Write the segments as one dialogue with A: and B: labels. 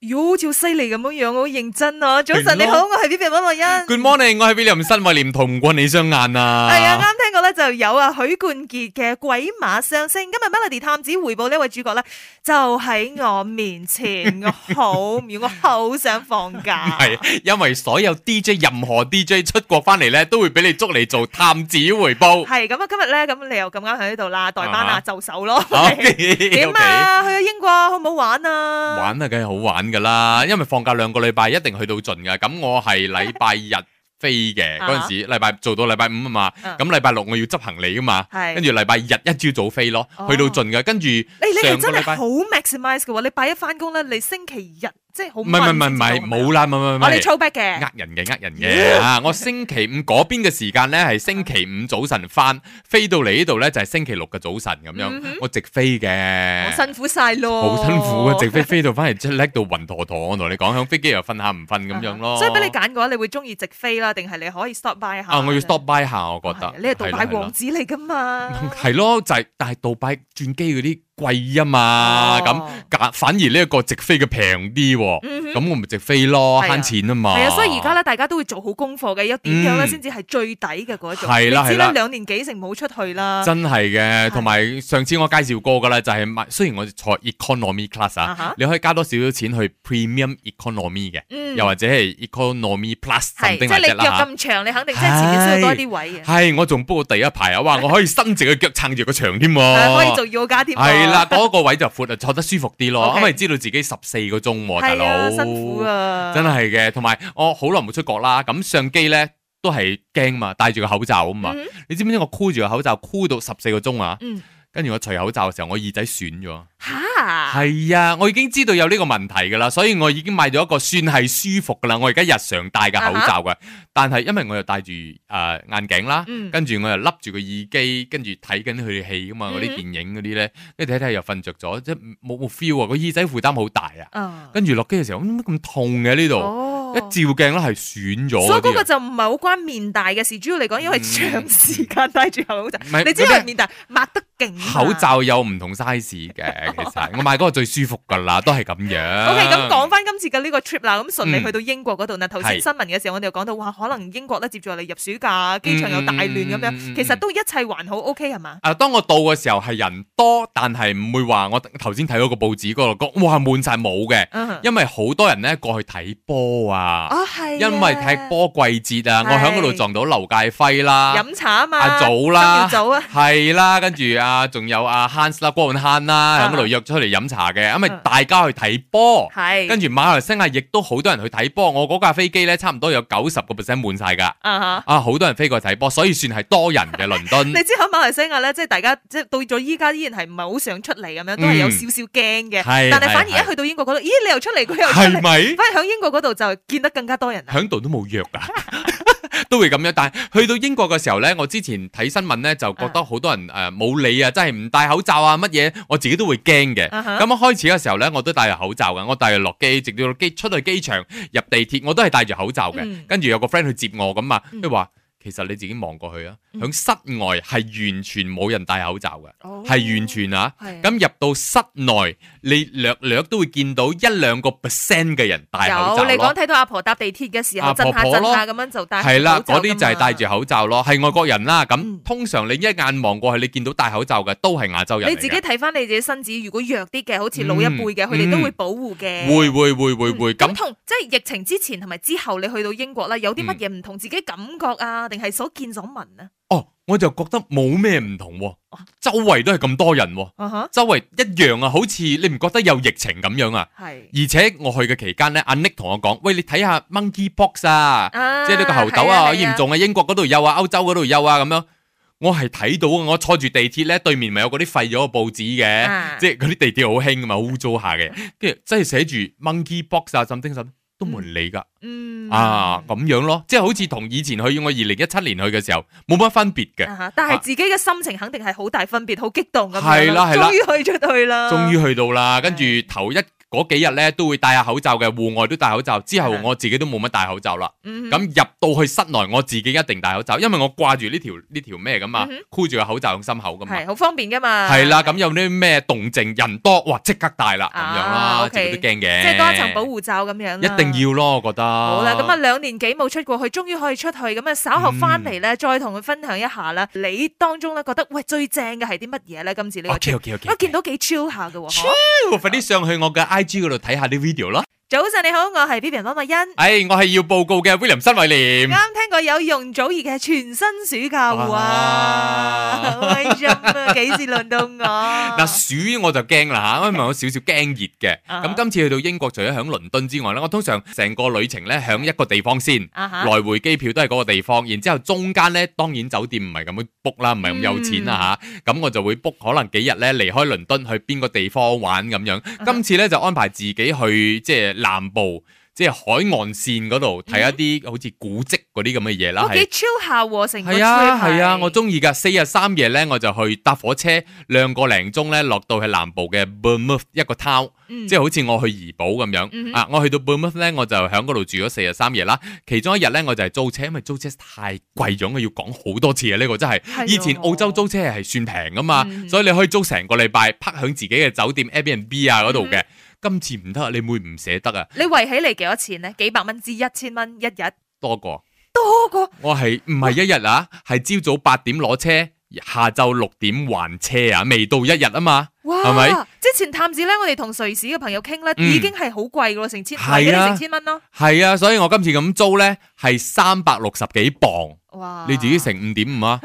A: 喲，好似好犀利咁樣樣，好認真啊！早晨你
B: 係咯
A: 好，我係 B B 温慧欣。
B: Good morning，我係 William 新慧廉，同唔過你雙眼啊！
A: 係啊，啱聽過咧就有啊許冠傑嘅《鬼馬雙星》。今日 Melody 探子回報呢位主角咧，就喺我面前，我好唔要，我好想放 假。
B: 係，因為所有 DJ 任何 DJ 出國翻嚟咧，都會俾你捉嚟做探子回 報。
A: 係咁啊！今日咧咁你又咁啱喺呢度啦，代班啊
B: 啊
A: 就手咯。
B: 點
A: 點？啊？去咗英國好唔好玩啊？
B: 玩啊，梗係好玩噶啦，因為放假兩個禮拜一定去到盡噶。咁我係禮拜日飛 嘅
A: 啊
B: 嗰陣時，禮拜做到禮拜五啊嘛，
A: 嗯
B: 咁禮拜六我要執行李噶嘛，
A: 係
B: 跟住禮拜日一朝早飛咯，去到盡噶。跟住
A: 你你係
B: 上
A: 真
B: 個
A: 係
B: 禮拜
A: 好 maximize 嘅喎！你拜一翻工咧，你星期日即係好
B: 唔係唔係唔係冇啦，唔係唔係
A: 我
B: 唔
A: 哋
B: 係。
A: 操 back 哦嘅。
B: 呃人嘅，呃人嘅啊！我星期五嗰邊嘅時間咧，係星期五早晨翻，飛到嚟呢度咧就係星期六嘅早晨咁
A: 嗯哼
B: 樣，我直飛嘅，
A: 好辛苦晒咯，
B: 好辛苦啊！直飛飛到翻嚟 jet lag 到暈陀陀，我同你講，響飛機又瞓下唔瞓咁樣咯。
A: 啊所以俾你揀嘅話，你會中意直飛啦，定係你可以 stop by 下？
B: 啊！我要 stop by 下，我覺
A: 係啊
B: 得
A: 你係杜拜
B: 係咯
A: 王子嚟噶嘛？
B: 係咯，就係但係杜拜轉機嗰啲 貴啊嘛，
A: 哦
B: 咁價反而呢一個直飛嘅平啲喎，
A: 嗯哼
B: 咁我咪直飛咯，
A: 係啊
B: 慳錢啊嘛。
A: 係啊，所以而家咧，大家都會做好功課嘅，有點樣咧
B: 嗯
A: 先至係最抵嘅嗰種。
B: 係啦
A: 你知
B: 係
A: 啦，
B: 啦
A: 兩年幾成冇出去啦。
B: 真係嘅，
A: 啊係
B: 同埋上次我介紹過㗎啦，就係買雖然我坐 economy class
A: 啊哈
B: 啊，你可以加多少少錢去 premium economy 嘅，
A: 嗯
B: 又或者係 economy plus
A: 係，
B: 甚
A: 即
B: 定
A: 係
B: 嚟
A: 你
B: 只
A: 約
B: 啦
A: 咁長，你肯定即係前面需要多啲位啊
B: 嚇
A: 嘅，
B: 係我仲 book 到第一排啊！哇，我可以伸直個腳撐住個牆添
A: 係 可以
B: 喎。
A: 做瑜伽添啊喎。
B: 哦係啦，嗰個位就闊啊，坐得舒服
A: OK
B: 啲咯，因為知道自己十四個鐘喎，大
A: 係
B: 佬
A: 啊，辛苦，啊，
B: 真係嘅。同埋我好耐冇出國啦，咁相機咧都係驚嘛，戴住個口罩啊嘛。
A: 嗯
B: 你知唔知我箍住個口罩箍到十四個鐘啊？
A: 嗯
B: 跟住我除口罩嘅時候，我耳仔損
A: 啊
B: 咗。
A: 嚇，
B: 係啊，我已經知道有呢個問題噶啦，所以我已經買咗一個算係舒服噶啦，我而家日常戴嘅口罩嘅。但係因為我又戴住誒、呃眼鏡啦，
A: 啊嗯
B: 跟住我又笠住個耳機，跟住睇緊佢哋戲噶嘛，嗰
A: 嗯
B: 啲電影嗰啲咧，跟住睇睇又瞓着咗，即係冇冇 feel 啊，個耳仔負擔好大啊。
A: 啊，
B: 跟住落機嘅時候，嗯咁痛嘅呢度，
A: 哦
B: 一照鏡咧係損
A: 所以
B: 咗嗰
A: 嗰
B: 啲
A: 個
B: 啊。
A: 就唔係好關面大嘅事，主要嚟講，因為長時間戴住口罩，
B: 唔係
A: 你知
B: 嗰啲
A: 佢面大抹得勁啊嘛。
B: 口罩有唔同 size 嘅，其實我買嗰個最舒服噶啦，都係咁樣。
A: OK，咁講翻今次嘅呢個 trip 啦，咁順利
B: 嗯
A: 去到英國嗰度啦。頭先
B: 係嗯
A: 新聞嘅時候，我哋又講到哇，可能英國咧接住嚟入暑假，機場又大亂咁
B: 嗯嗯嗯
A: 樣，
B: 嗯
A: 其實都一切還好 OK 係嘛？
B: 啊，當我到嘅時候係人多，但係唔會話我頭先睇到個報紙嗰度講，哇滿晒冇嘅，
A: 嗯，
B: 因為好多人咧過去睇波啊，
A: 啊係啊，
B: 因為踢波季節啊，我
A: 係
B: 喺嗰度撞到劉介輝啦、
A: 飲茶啊嘛，
B: 阿祖啦
A: 早啊，
B: 係啦，跟住啊仲有阿 Hans 啦、郭永漢
A: 啊
B: 啦，喺嗰度約出嚟飲茶嘅，因為
A: 嗯
B: 大家去睇波。
A: 係
B: 跟住馬來西亞亦都好多人去睇波，我嗰架飛機咧差唔多有九十個 percent 滿晒㗎，
A: 啊哈
B: 啊好多人飛過去睇波，所以算係多人嘅倫敦
A: 你。知喺馬來西亞咧，即係大家即係到咗依家依然係唔係好想出嚟咁樣，都係有少少驚嘅。
B: 嗯係
A: 但係反而
B: 係係
A: 一去到英國嗰度，咦你又出嚟，佢又出
B: 係
A: 嚟，
B: 咪？
A: 反而喺英國嗰度就見得更加多人啊啦。
B: 喺度都冇約噶。 都會咁樣，但係去到英國嘅時候呢，我之前睇新聞呢，就覺得好多人誒冇、理啊，真係唔戴口罩啊乜嘢，我自己都會驚嘅。咁、
A: 啊哈
B: 開始嘅時候呢，我都戴住口罩嘅，我戴住落機，直到機出去機場入地鐵，我都係戴住口罩嘅。
A: 嗯
B: 跟住有個 friend 去接我咁啊，
A: 嗯
B: 佢話、其實你自己望過去啊，
A: 嗯
B: 響室外係完全冇人戴口罩嘅，
A: 哦
B: 係、完全啊。
A: 係
B: 咁入到室內，你略略都會見到一兩個 percent 嘅人戴口
A: 有
B: 罩
A: 你
B: 咯
A: 講。睇到阿婆搭地鐵嘅時候
B: 阿
A: 震下
B: 婆婆
A: 震
B: 咯
A: 下咁樣就戴
B: 係啦，
A: 口罩
B: 嗰啲就係戴住
A: 㗎嘛。
B: 口罩咯，係外國人啦。
A: 嗯
B: 咁通常你一眼望過去，你見到戴口罩嘅都係亞洲人嚟
A: 你
B: 嘅
A: 自己睇翻你自己身子，如果弱啲嘅，好似老一輩嘅，
B: 嗯
A: 佢哋都會保護嘅。
B: 會會會會
A: 嗯
B: 會
A: 咁
B: 咁。
A: 同即係疫情之前同埋之後，你去到英國啦，有
B: 嗯
A: 啲乜嘢唔同？自己感覺啊，定係所見所聞啊？
B: 哦，我就覺得冇咩唔同喎，周圍都係咁多人喎，
A: 啊哈，
B: 周圍一樣啊，好似你唔覺得有疫情咁樣啊？
A: 係。
B: 而且我去嘅期間呢，阿 Nick 同我講：，喂，你睇下 monkey box 啊，
A: 啊
B: 即係呢個猴痘
A: 係
B: 啊，好
A: 係
B: 嚴重啊，英國嗰度有啊，歐洲嗰度有啊，咁樣。我係睇到啊，我坐住地鐵咧，對面咪有嗰啲廢咗個報紙嘅。
A: 啊
B: 即係嗰啲地鐵好興噶嘛，好污糟下嘅，跟住真係寫住 monkey box 啊，浸丁浸都冇人理噶、
A: 嗯
B: 啊，咁樣咯，即係好似同以前去我二零一七年去嘅時候冇乜分別嘅，
A: 啊哈但係自己嘅心情肯定係好大分別，好激動咁樣咯
B: 係啦係啦
A: 終於去出去啦，
B: 終於去到啦，跟住頭一嗰幾日咧都會戴下口罩嘅，戶外都戴口罩。之後
A: 係
B: 我自己都冇乜戴口罩啦。
A: 嗯
B: 咁
A: 哼，
B: 入到去室內，我自己一定戴口罩，因為我掛住呢條呢條咩噶
A: 嗯
B: 嘛
A: 哼，
B: 箍住個口罩向心口噶嘛。
A: 係好方便噶嘛。
B: 係啦，咁有啲咩動靜，人多，哇，即刻戴啦，咁樣
A: 啊
B: 啦，自
A: ，OK
B: 己都驚嘅。
A: 即係多一層保，護罩咁樣啦。
B: 一定要咯，我覺得。
A: 好
B: 好
A: 啦，咁啊兩年幾冇出過去，終於可以出去，咁啊稍後翻嚟咧，再同佢分享一下啦。你當中咧覺得喂最正嘅係啲乜嘢咧？今次呢個
B: OK
A: trip，
B: OK OK，
A: 我見到幾 chill 下嘅喎。嗬
B: Chill 快啲上去我嘅 IG 嗰度睇下啲 video 啦。
A: 早晨你好，我係 B B 温慧欣。
B: 誒，我係要報告嘅 William 新偉廉。
A: 啱聽過有容祖兒嘅全新暑假喎哇，
B: 哇
A: 威音 啊！幾時輪到我？
B: 嗱，暑我就驚啦嚇，因為我少少驚熱嘅。
A: 啊
B: 咁今次去到英國，除咗響倫敦之外咧，我通常成個旅程咧響一個地方先，
A: 啊哈
B: 來回機票都係嗰個地方，然之後中間咧當然酒店唔係咁樣 book 啦，唔係咁有錢啦
A: 嗯
B: 嚇，咁我就會 book 可能幾日咧離開倫敦去邊個地方玩咁樣。
A: 哈
B: 今次咧就安排自己去即係南部。即係海岸線嗰度睇一啲好似古蹟嗰啲咁嘅嘢啦，
A: 我
B: 係
A: 嗯幾 chill 下喎，成個
B: 係啊
A: trip
B: 係啊，我中意噶。四日三夜咧，我就去搭火車兩個零鐘咧，落到去南部嘅 Bournemouth 一個 town，、
A: 嗯
B: 即係好似我去怡保咁樣、
A: 嗯哼
B: 啊。我去到 Bournemouth 咧，我就喺嗰度住咗四日三夜啦。其中一日咧，我就係租車，因為租車太貴咗，我要講好多次啊！呢、個真係。
A: 係
B: 以前
A: 喎
B: 澳洲租車係算平噶嘛，
A: 嗯
B: 所以你可以租成個禮拜，泊響自己嘅酒店 Airbnb 啊嗰度嘅。
A: 嗯
B: 今次唔得啊，你會唔捨得啊？
A: 你圍起嚟幾多錢咧？幾百蚊至一千蚊一日，啊
B: 多過。
A: 多過
B: 我係唔係一日啊？係朝早八點攞車，下晝六點還車啊，未到一日啊嘛。
A: 哇！
B: 係咪？
A: 之前探子咧，我哋同瑞士嘅朋友傾咧，
B: 嗯
A: 已經係好貴噶咯，成千，
B: 係啊
A: 圍起嚟成千蚊咯。
B: 係啊，所以我今次咁租呢，係三百六十幾磅，
A: 哇！
B: 你自己，乘五點五啊，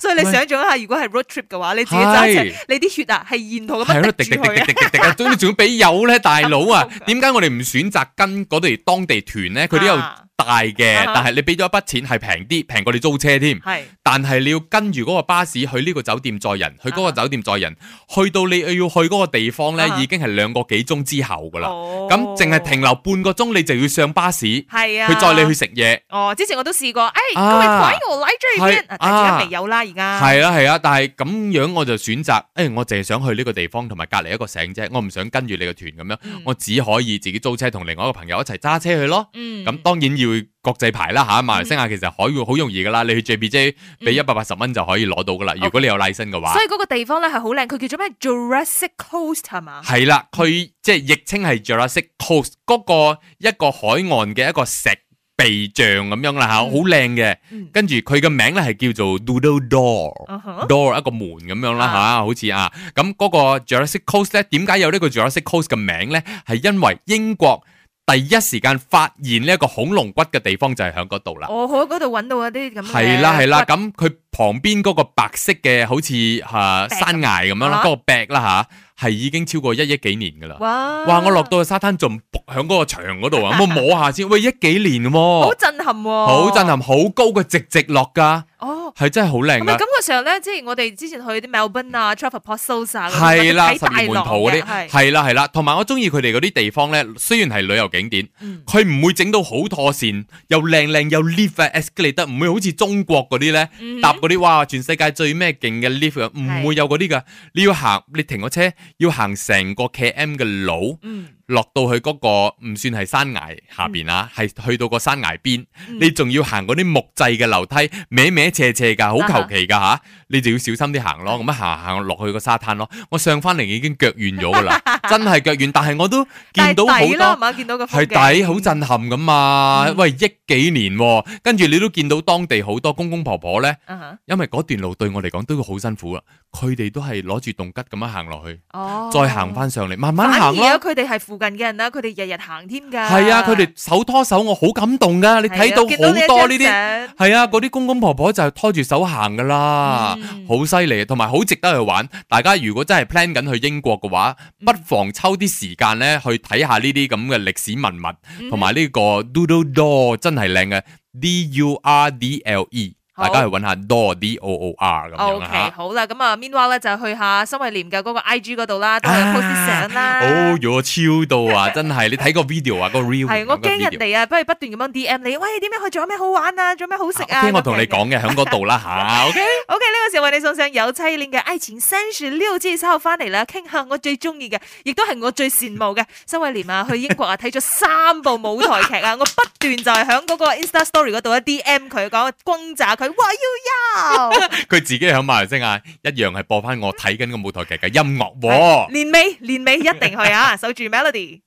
A: 所以你
B: 喂
A: 想象一下，如果係 road trip 嘅話，你自己揸
B: 係
A: 車，你啲血啊係沿途咁
B: 係咯，
A: 樣
B: 滴
A: 滴
B: 滴
A: 住
B: 滴滴
A: 佢啊！
B: 滴滴滴啊，仲仲要俾油呢，大佬 啊，點解我哋唔選擇跟嗰地當地團呢？佢都有
A: 啊
B: 大嘅，
A: 啊哈
B: 但係你俾咗一筆錢係平啲，平過你租車添。
A: 係
B: 但係你要跟住嗰個巴士去呢個酒店載人，去嗰個酒店載人，去到你要去嗰個地方呢
A: 啊啊，哈
B: 已經係兩個幾鐘之後噶啦。
A: 哦
B: 咁淨係停留半個鐘，你就要上巴士，佢
A: 係啊，
B: 載你去。食嘢。
A: 哦，之前我都試過，誒，
B: 啊
A: 各位鬼我拉追
B: 係
A: 邊，但係而家
B: 啊
A: 未有啦，而家
B: 係啦係啦，但係咁樣我就選擇，誒、我淨係想去呢個地方同埋隔離一個省啫，我唔想跟住你個團咁樣，
A: 嗯
B: 我只可以自己租車同另外一個朋友一齊揸車去咯。
A: 嗯
B: 咁、當然要國際牌啦吓，馬來西亞其實可以好容易噶啦，你去 JBJ 俾一百八十蚊就可以攞到噶啦，如果你有 license 嘅話
A: 所。以嗰個地方咧係好靚，佢叫做咩 Jurassic Coast 係嘛？
B: 係啦，佢即係亦稱係 Jurassic Coast 嗰個一個海岸嘅一個石壁像咁樣啦吓，好
A: 嗯
B: 靚嘅。
A: 嗯，
B: 跟住佢嘅名咧係叫做 Doodle Door。
A: 嗯哼
B: door 一個門咁樣啦
A: 啊
B: 吓，好似啊，咁嗰個 Jurassic Coast 咧，點解有呢個 Jurassic Coast 嘅名咧？係因為英國第一時間發現呢一個恐龍骨嘅地方就係喺嗰度啦。
A: 我喺嗰度揾到嗰啲咁嘅
B: 係啦係啦，
A: 骨
B: 咁佢旁邊嗰個白色嘅好似啊
A: 壁咁
B: 山崖咁樣啦
A: 啊，
B: 嗰個壁啦吓，係已經超過一億幾年噶啦。
A: 哇
B: 哇！我落到去沙灘仲仆響嗰個牆 嗰度啊，我摸下先，喂，一幾年
A: 好
B: 喎，
A: 震撼喎，
B: 好震。撼，好高嘅直直落㗎，
A: 哦，
B: 係真係好靚
A: 咁啊，
B: 㗎。
A: 感覺上咧，即係我哋之前去啲 Melbourne 啊、Travel p o s t s 啊，
B: 係啦，
A: 嗰啲
B: 十二門
A: 睇大
B: 徒嗰
A: 浪嘅
B: 啲，
A: 係
B: 係啦係啦，同埋我中意佢哋嗰啲地方咧，雖然係旅遊景點，
A: 嗯
B: 佢唔會整到好妥善，又靚靚又 lift 啊 escalator，唔會好似中國嗰啲咧
A: 嗯
B: 搭嗰啲哇全世界最咩勁嘅 lift，啊唔會有嗰啲噶，你要行你停個車要行成個 km 嘅路。
A: 嗯，
B: 落到去嗰個唔算係山崖下邊啊，係去到個山崖邊，
A: 嗯
B: 你仲要行嗰啲木製嘅樓梯，歪歪斜斜㗎，好求其㗎吓，你就要小心啲行咯。咁樣行行落去個沙灘咯，我上翻嚟已經腳軟咗 㗎啦，真係腳軟，但係我都見到好
A: 但係抵啦係
B: 多。
A: 嘛，見到個風
B: 係
A: 景
B: 抵，好震撼噶嘛！
A: 嗯
B: 喂，億幾年、喎，跟住你都見到當地好多公公婆婆呢，
A: 啊哈
B: 因為嗰段路對我嚟講都好辛苦啊，佢哋都係攞住棟吉咁樣行落去，
A: 哦，
B: 再行翻上嚟，慢慢
A: 反而
B: 行咯
A: 啊。佢哋係附近嘅人啦，佢哋日日行添㗎。
B: 系啊，佢哋手拖手，我好感動噶，你睇到
A: 係啊見到
B: 好多呢
A: 一張
B: 啲。
A: 相
B: 係啊，嗰啲公公婆婆就係拖住手行噶啦
A: 嗯，
B: 好犀利，同埋好值得去玩。大家如果真係 plan 緊去英國嘅話，
A: 嗯
B: 不妨抽啲時間咧去睇下呢啲咁嘅歷史
A: 嗯
B: 文物，同埋呢個 Doodle Door 真係靚嘅，D U R D L E 大家去揾下 door d o o r 咁樣啊
A: O
B: 啦
A: K，
B: 嚇。
A: 嗯好啦，咁啊，meanwhile 咧就去下新慧廉嘅嗰個 I G 嗰度啦，都
B: 啊
A: 係 post 啲相啦。
B: 哦哟，超到啊！真係你睇個 video 啊，個 reel
A: 係我
B: 個
A: 驚人
B: video
A: 哋啊，不如不斷咁樣 D M 你，喂，點樣去做有咩好玩啊，做咩好食啊？
B: 聽我同你
A: 咁樣嘅。
B: 講嘅喺嗰度啦 吓，OK。
A: O K，呢個時候為你送上有妻戀嘅《愛情三十六之後翻嚟啦，傾下我最中意嘅，亦都係我最羨慕嘅。新慧廉啊，去英國啊，睇咗三部舞台劇 啊，我不斷就係喺嗰個 Insta Story 嗰度啊 D M 佢講轟炸佢，哇要要，
B: 佢自己喺馬來西亞一樣係播翻我睇緊個舞台劇嘅音樂喎。
A: 年尾年尾一定去啊，守住 Melody。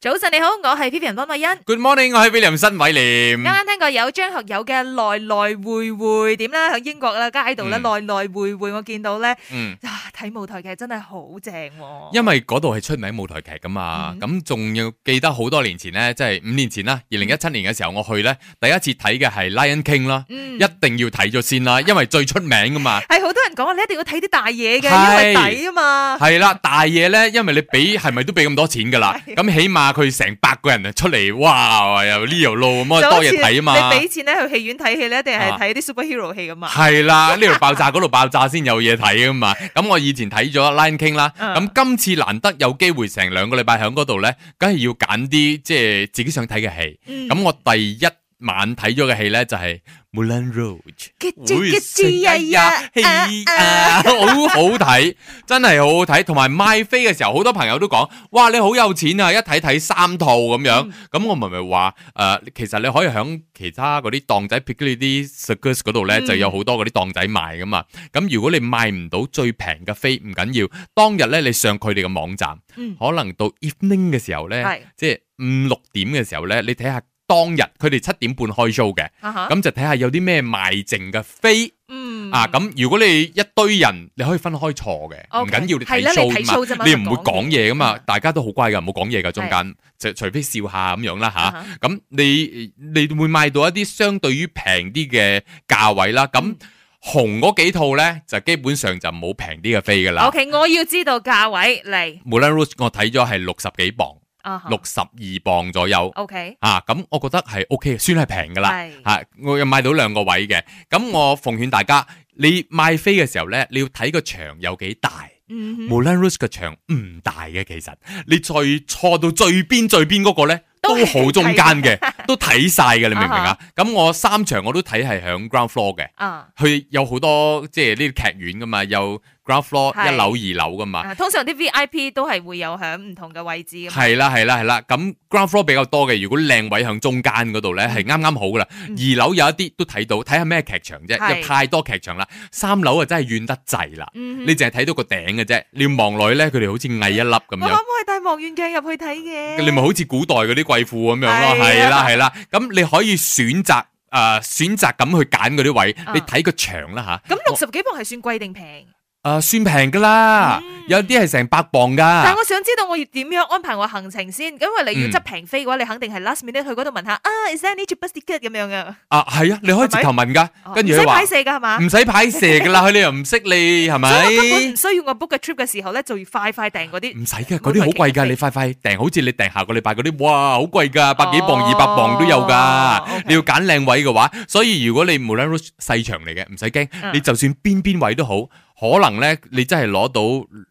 A: 早晨你好，我係 P P 人温慧欣。
B: Good morning，我係 William 新偉廉
A: 啱。啱聽過有張學友嘅來來回回點啦，喺英國啦街度咧
B: 嗯
A: 來來回回，我見到咧
B: 嗯，
A: 啊睇舞台劇真係好正喎，
B: 因為嗰度係出名舞台劇噶嘛，
A: 嗯
B: 咁仲要記得好多年前呢，即係五年前啦，二零一七年嘅時候我去呢，第一次睇嘅係 Lion King 啦，
A: 嗯
B: 一定要睇咗先啦，因為最出名 噶嘛。
A: 係好多人講話你一定要睇啲大嘢嘅，
B: 係
A: 因為抵啊嘛。
B: 係啦，大嘢咧，因為你俾係咪都俾咁多錢噶啦？
A: 係
B: 咁起碼佢成百個人出嚟，哇！又呢條路咁啊，
A: 就好
B: 多
A: 似
B: 嘢睇啊嘛
A: 你。俾錢咧去戲院睇戲咧，一定係睇啲 superhero 戲噶嘛。
B: 係啦，呢度爆炸，嗰度爆炸先有嘢睇啊嘛。咁我以前睇咗 Lion King 啦，
A: 嗯
B: 咁今次難得有機會成兩個禮拜喺嗰度咧，梗係要揀啲即係自己想睇嘅戲。
A: 嗯
B: 咁我第一晚睇咗嘅戲咧就係 Mulan Rouge。
A: 嘅
B: 會
A: 嘅
B: 死呀
A: 嘅呀
B: 呀，嘿
A: 啊
B: 啊，好 好睇，真係好好睇。同埋賣飛嘅時候，好多朋友都講：哇，你好有錢啊！一睇睇三套咁樣。咁我咪咪話誒，其實你可以喺其他嗰啲檔仔 p i c 啲 circus 嗰度咧，
A: 嗯
B: 就有好多嗰啲檔仔賣噶嘛。咁如果你賣唔到最平嘅飛，唔緊要，當日咧你上佢哋嘅網站，
A: 嗯
B: 可能到 evening 嘅時
A: 係
B: 候咧，即係五六點嘅時候咧，你睇下當日佢哋七點半開 show 嘅。
A: 啊哈
B: 咁就睇下有啲咩賣剩嘅飛
A: 嗯
B: 啊！咁如果你一堆人，你可以分開坐嘅，唔
A: OK，
B: 緊要，你
A: 係啦你睇
B: 睇
A: show
B: show
A: 啫
B: 啫
A: 嘛
B: 嘛，你唔會講嘢噶嘛
A: 嗯，
B: 大家都好乖噶，唔好講嘢噶中間，就除非笑下咁樣
A: À
B: 啦
A: 啊
B: 吓。咁你你會賣到一啲相對於平啲嘅價位啦。咁
A: 嗯
B: 紅嗰幾套咧，就基本上就冇平啲嘅飛噶啦
A: O。K，我要知道價位嚟
B: 無論 Rose 我睇咗係六十幾磅，
A: 啊哈。
B: 六十二磅左右。
A: O K，
B: 啊，咁我覺得係 O K 嘅，算係平噶啦
A: 係，
B: 嚇、我又買到兩個位嘅，咁我奉勸大家，你買飛嘅時候咧，你要睇個場有幾大。
A: 嗯哼，
B: 無論 Rose 嘅場唔大嘅，其實你最坐到最邊最邊嗰個咧，
A: 都
B: 都
A: 係
B: 好中間嘅， 都睇晒嘅，你明唔明
A: 啊
B: 啊？咁我三場我都睇係響 ground floor 嘅，
A: 啊
B: 佢有好多即係呢啲劇院噶嘛，有
A: 係
B: ground floor 一樓二樓噶嘛。
A: 啊，通常啲 V I P 都係會有響唔同嘅位置㗎嘛
B: 係啦，係啦，係啦。咁 ground floor 比較多嘅，如果靚位向中間嗰度咧，係啱啱好噶啦。
A: 嗯
B: 二樓有一啲都睇到，睇下咩劇場啫，
A: 係
B: 又太多劇場啦。三樓啊，真係遠得滯啦。
A: 嗯哼
B: 你淨係睇到個頂嘅啫，你要望落去咧，佢哋好似翳一粒咁
A: 我可唔
B: 樣。
A: 可以帶望遠鏡入去睇嘅？
B: 你咪好似古代嗰啲貴婦咁樣
A: 嗯係啊
B: 咯，係啦係啦，咁你可以選擇誒、呃、選擇咁去揀嗰啲位
A: 啊，
B: 你睇個場啦吓。
A: 咁六十幾磅係算貴定平？
B: 誒、呃算平噶啦，
A: 嗯
B: 有啲係成百
A: 但
B: 磅噶。
A: 我想知道我要點樣安排我行程先，因為你要執平飛嘅話，你肯定係 last minute 去嗰度問下啊，is there any cheap bus ticket 咁樣嘅，
B: 啊係啊，你可以直頭問噶，跟住
A: 哦唔使
B: 佢話
A: 擺。射㗎係嘛？
B: 唔使派射噶啦，佢哋又唔識你係
A: 所以我根本
B: 咪
A: 唔？需要我 book 個 trip 嘅時候咧，就要快快訂嗰啲。
B: 唔使嘅，嗰啲好貴噶，你快快訂，好似你訂下個禮拜嗰啲，哇，好貴噶，百幾磅、
A: 哦
B: 二百磅都有噶
A: OK。
B: 你要揀靚位嘅話，所以如果你無論細場嚟嘅，唔使
A: 嗯
B: 驚，你就算邊邊位都好，可能咧你真係攞到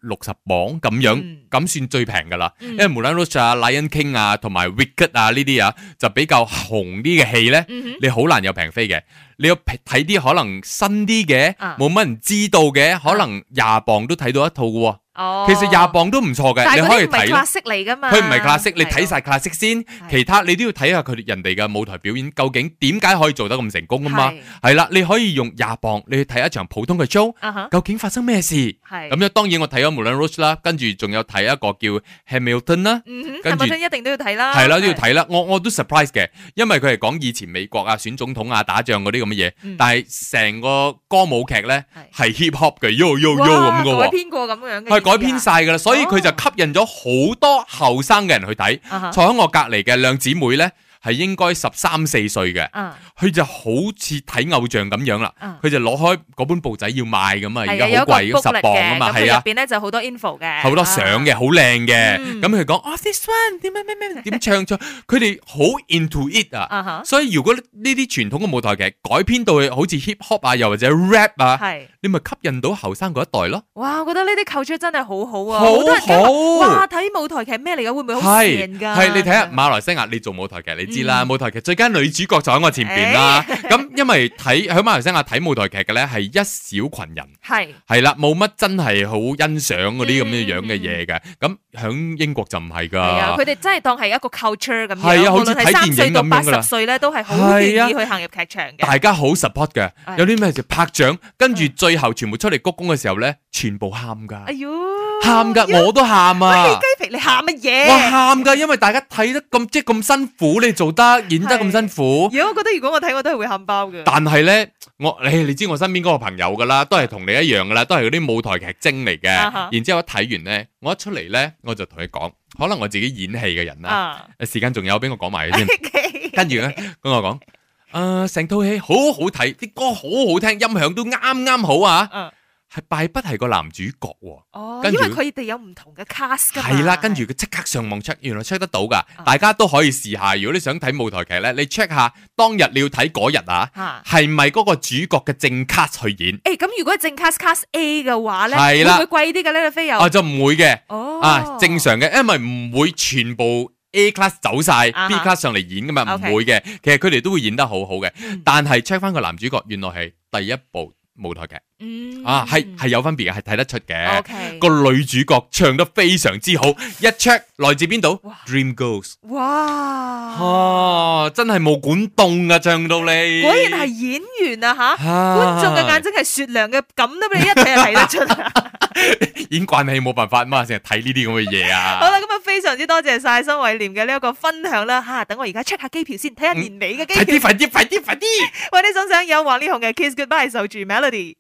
B: 六十磅咁樣
A: 嗯，
B: 咁算最平噶啦。
A: 嗯
B: 因為無論 Rush 啊、Lion King 啊、同埋 Wicked 啊呢啲啊，就比較紅啲嘅戲咧。
A: 嗯哼
B: 你好難有平飛嘅，你要睇啲可能新啲嘅
A: 啊，
B: 冇乜人知道嘅，可能廿磅都睇到一套嘅喎。
A: 哦，
B: 其實廿磅都唔錯嘅，
A: 但係
B: 你
A: 嗰
B: 可
A: 啲
B: 以
A: 唔係
B: 睇咯
A: classic 嚟㗎嘛，
B: 佢唔係 classic，你睇
A: 係
B: 晒 classic 先，
A: 係
B: 其他你都要睇下佢哋人哋嘅舞台表演究竟點解可以做得咁成功啊嘛
A: 係。
B: 係啦，你可以用廿磅你去睇一場普通嘅 show，
A: 啊哈，
B: 究竟發生咩事？
A: 係
B: 咁樣當然我睇咗無論 Rose 啦，跟住仲有睇一個叫 Hamilton 啦。
A: 嗯哼，
B: 跟住
A: 係咪一定都要睇啦？
B: 係啦，都要睇啦。我我都 surprise 嘅，因為佢係講以前美國啊選總統啊打仗嗰啲咁嘅嘢，
A: 嗯
B: 但係成個歌舞劇咧
A: 係
B: 係 hip hop 嘅，yo yo
A: 哇
B: yo 咁嘅
A: 改
B: 喎，
A: 編過咁樣嘅，啊
B: 係改編晒噶啦，所以佢就
A: 哦
B: 吸引咗好多後生嘅人去睇。
A: 啊哈。
B: 坐喺我隔離嘅兩姊妹咧係應該十三四歲嘅，
A: 啊
B: 佢就好似睇偶像咁樣啦。
A: 啊，
B: 佢就攞開嗰本報仔要賣咁啊，而
A: 係
B: 家
A: 啊，
B: 好
A: 有
B: 貴
A: 一個
B: 咁
A: booklet
B: 十磅啊
A: 嘅，
B: 嘛，
A: 咁
B: 係
A: 佢入
B: 啊，
A: 邊咧就好多 info 嘅，
B: 好多相嘅，好靚嘅。
A: 嗯
B: 咁佢講哦，this Ờ, one 點咩咩咩點唱唱，佢哋好 into it à. 啊。
A: 啊，啊哈，
B: 所以如果呢啲傳統嘅舞台劇改編到去好似 hip hop à, 啊，又或者 rap 啊，
A: 係。
B: 你咪吸引到後生嗰一代咯。
A: 哇，我覺得呢啲構出真係好好啊！
B: 好
A: 多人驚哇，
B: 好。
A: 睇舞台劇咩嚟㗎？會唔會好
B: 係
A: 賤㗎？
B: 係，你睇下馬來西亞，你做舞台劇你知啦，舞台劇最佳女主角就喺我前邊啦。咁因為睇喺馬來西亞睇舞台劇嘅咧係一小群人。
A: 係
B: 係啦，冇乜真係好欣賞嗰啲咁嘅樣嘅
A: 嗯
B: 嘢嘅，咁響英國就唔係
A: 係啊，
B: 㗎，
A: 佢哋真係當係一個 culture 咁樣，
B: 係啊好
A: 無
B: 似
A: 論
B: 睇
A: 係三
B: 電
A: 歲
B: 影
A: 到
B: 咁
A: 八
B: 樣㗎啦
A: 十歲咧，都係好
B: 係
A: 願
B: 啊
A: 意去行入劇場嘅。
B: 大家好 support 嘅，
A: 係
B: 有啲咩就拍掌，跟住
A: 嗯
B: 最後全部出嚟鞠躬嘅時候咧，全部喊
A: 哎
B: 㗎，
A: 呦，
B: 喊
A: 哎
B: 㗎，
A: 呦
B: 我都喊
A: 喂
B: 啊！
A: 雞皮，你喊乜
B: 哇
A: 嘢？
B: 喊㗎，因為大家睇得咁即係咁辛苦，你做得演得咁辛苦，
A: 如果我覺得如果我睇我都係會喊包嘅。
B: 但係咧，我你你知我身邊嗰個朋友㗎啦，都係同你一樣㗎啦，都係嗰啲舞台劇精嚟嘅。
A: 啊哈
B: 然之後一睇完咧，我一出嚟咧，我就同佢講，可能我自己演戲嘅人啦，
A: 啊，
B: 時間仲有，俾我講埋佢先。
A: 跟
B: 跟住咧，咁我講，诶，成套戲好好睇，啲歌好好聽，音響都啱啱好啊，係敗筆係個男主角喎。
A: 哦，
B: 跟
A: 因
B: 住
A: 為佢哋有唔同嘅 cast 㗎嘛。
B: 係啦，跟住佢即刻上網 check，原來 check 得到噶
A: 啊，
B: 大家都可以試下。如果你想睇舞台劇咧，你 check 下當日你要睇嗰日啊，
A: 嚇。
B: 係咪嗰個主角嘅正 cast 去演？
A: 誒咁，如果係正 cast cast A 嘅話咧，
B: 係啦
A: 會唔會貴啲嘅呢？飛
B: 啊，
A: 友
B: 就唔會嘅，
A: 哦
B: 啊，正常嘅，因為唔會全部 A class 走晒
A: 啊哈
B: ，B class 上嚟演噶嘛，唔
A: OK
B: 會嘅。其實佢哋都會演得好好嘅
A: 嗯，
B: 但係 check 翻個男主角，原來係第一部舞台劇。
A: 嗯哦
B: 啊，係係有分別嘅，係睇得出嘅。
A: OK
B: 個女主角唱得非常之好，一 check 來自邊度
A: 哇
B: ？Dream Girls。
A: 哇，
B: 哦，真係冇管動啊，唱到你。
A: 果然係演員啊吓！
B: 啊
A: 觀眾嘅眼睛係雪亮嘅，咁都俾你一睇就睇得出 啊。
B: 演慣氣冇辦法嘛，成日睇呢啲咁嘅 嘢
A: 好
B: 啊。
A: 啦，咁啊非常之多謝晒新偉廉嘅呢一個分享啦吓，等我而家 check 下機票
B: 嗯
A: 先，睇下年尾嘅機
B: 快
A: 票。
B: 啲，快啲，快啲，快啲！
A: 喂，你想想有王力宏嘅 Kiss Goodbye 守住 Melody。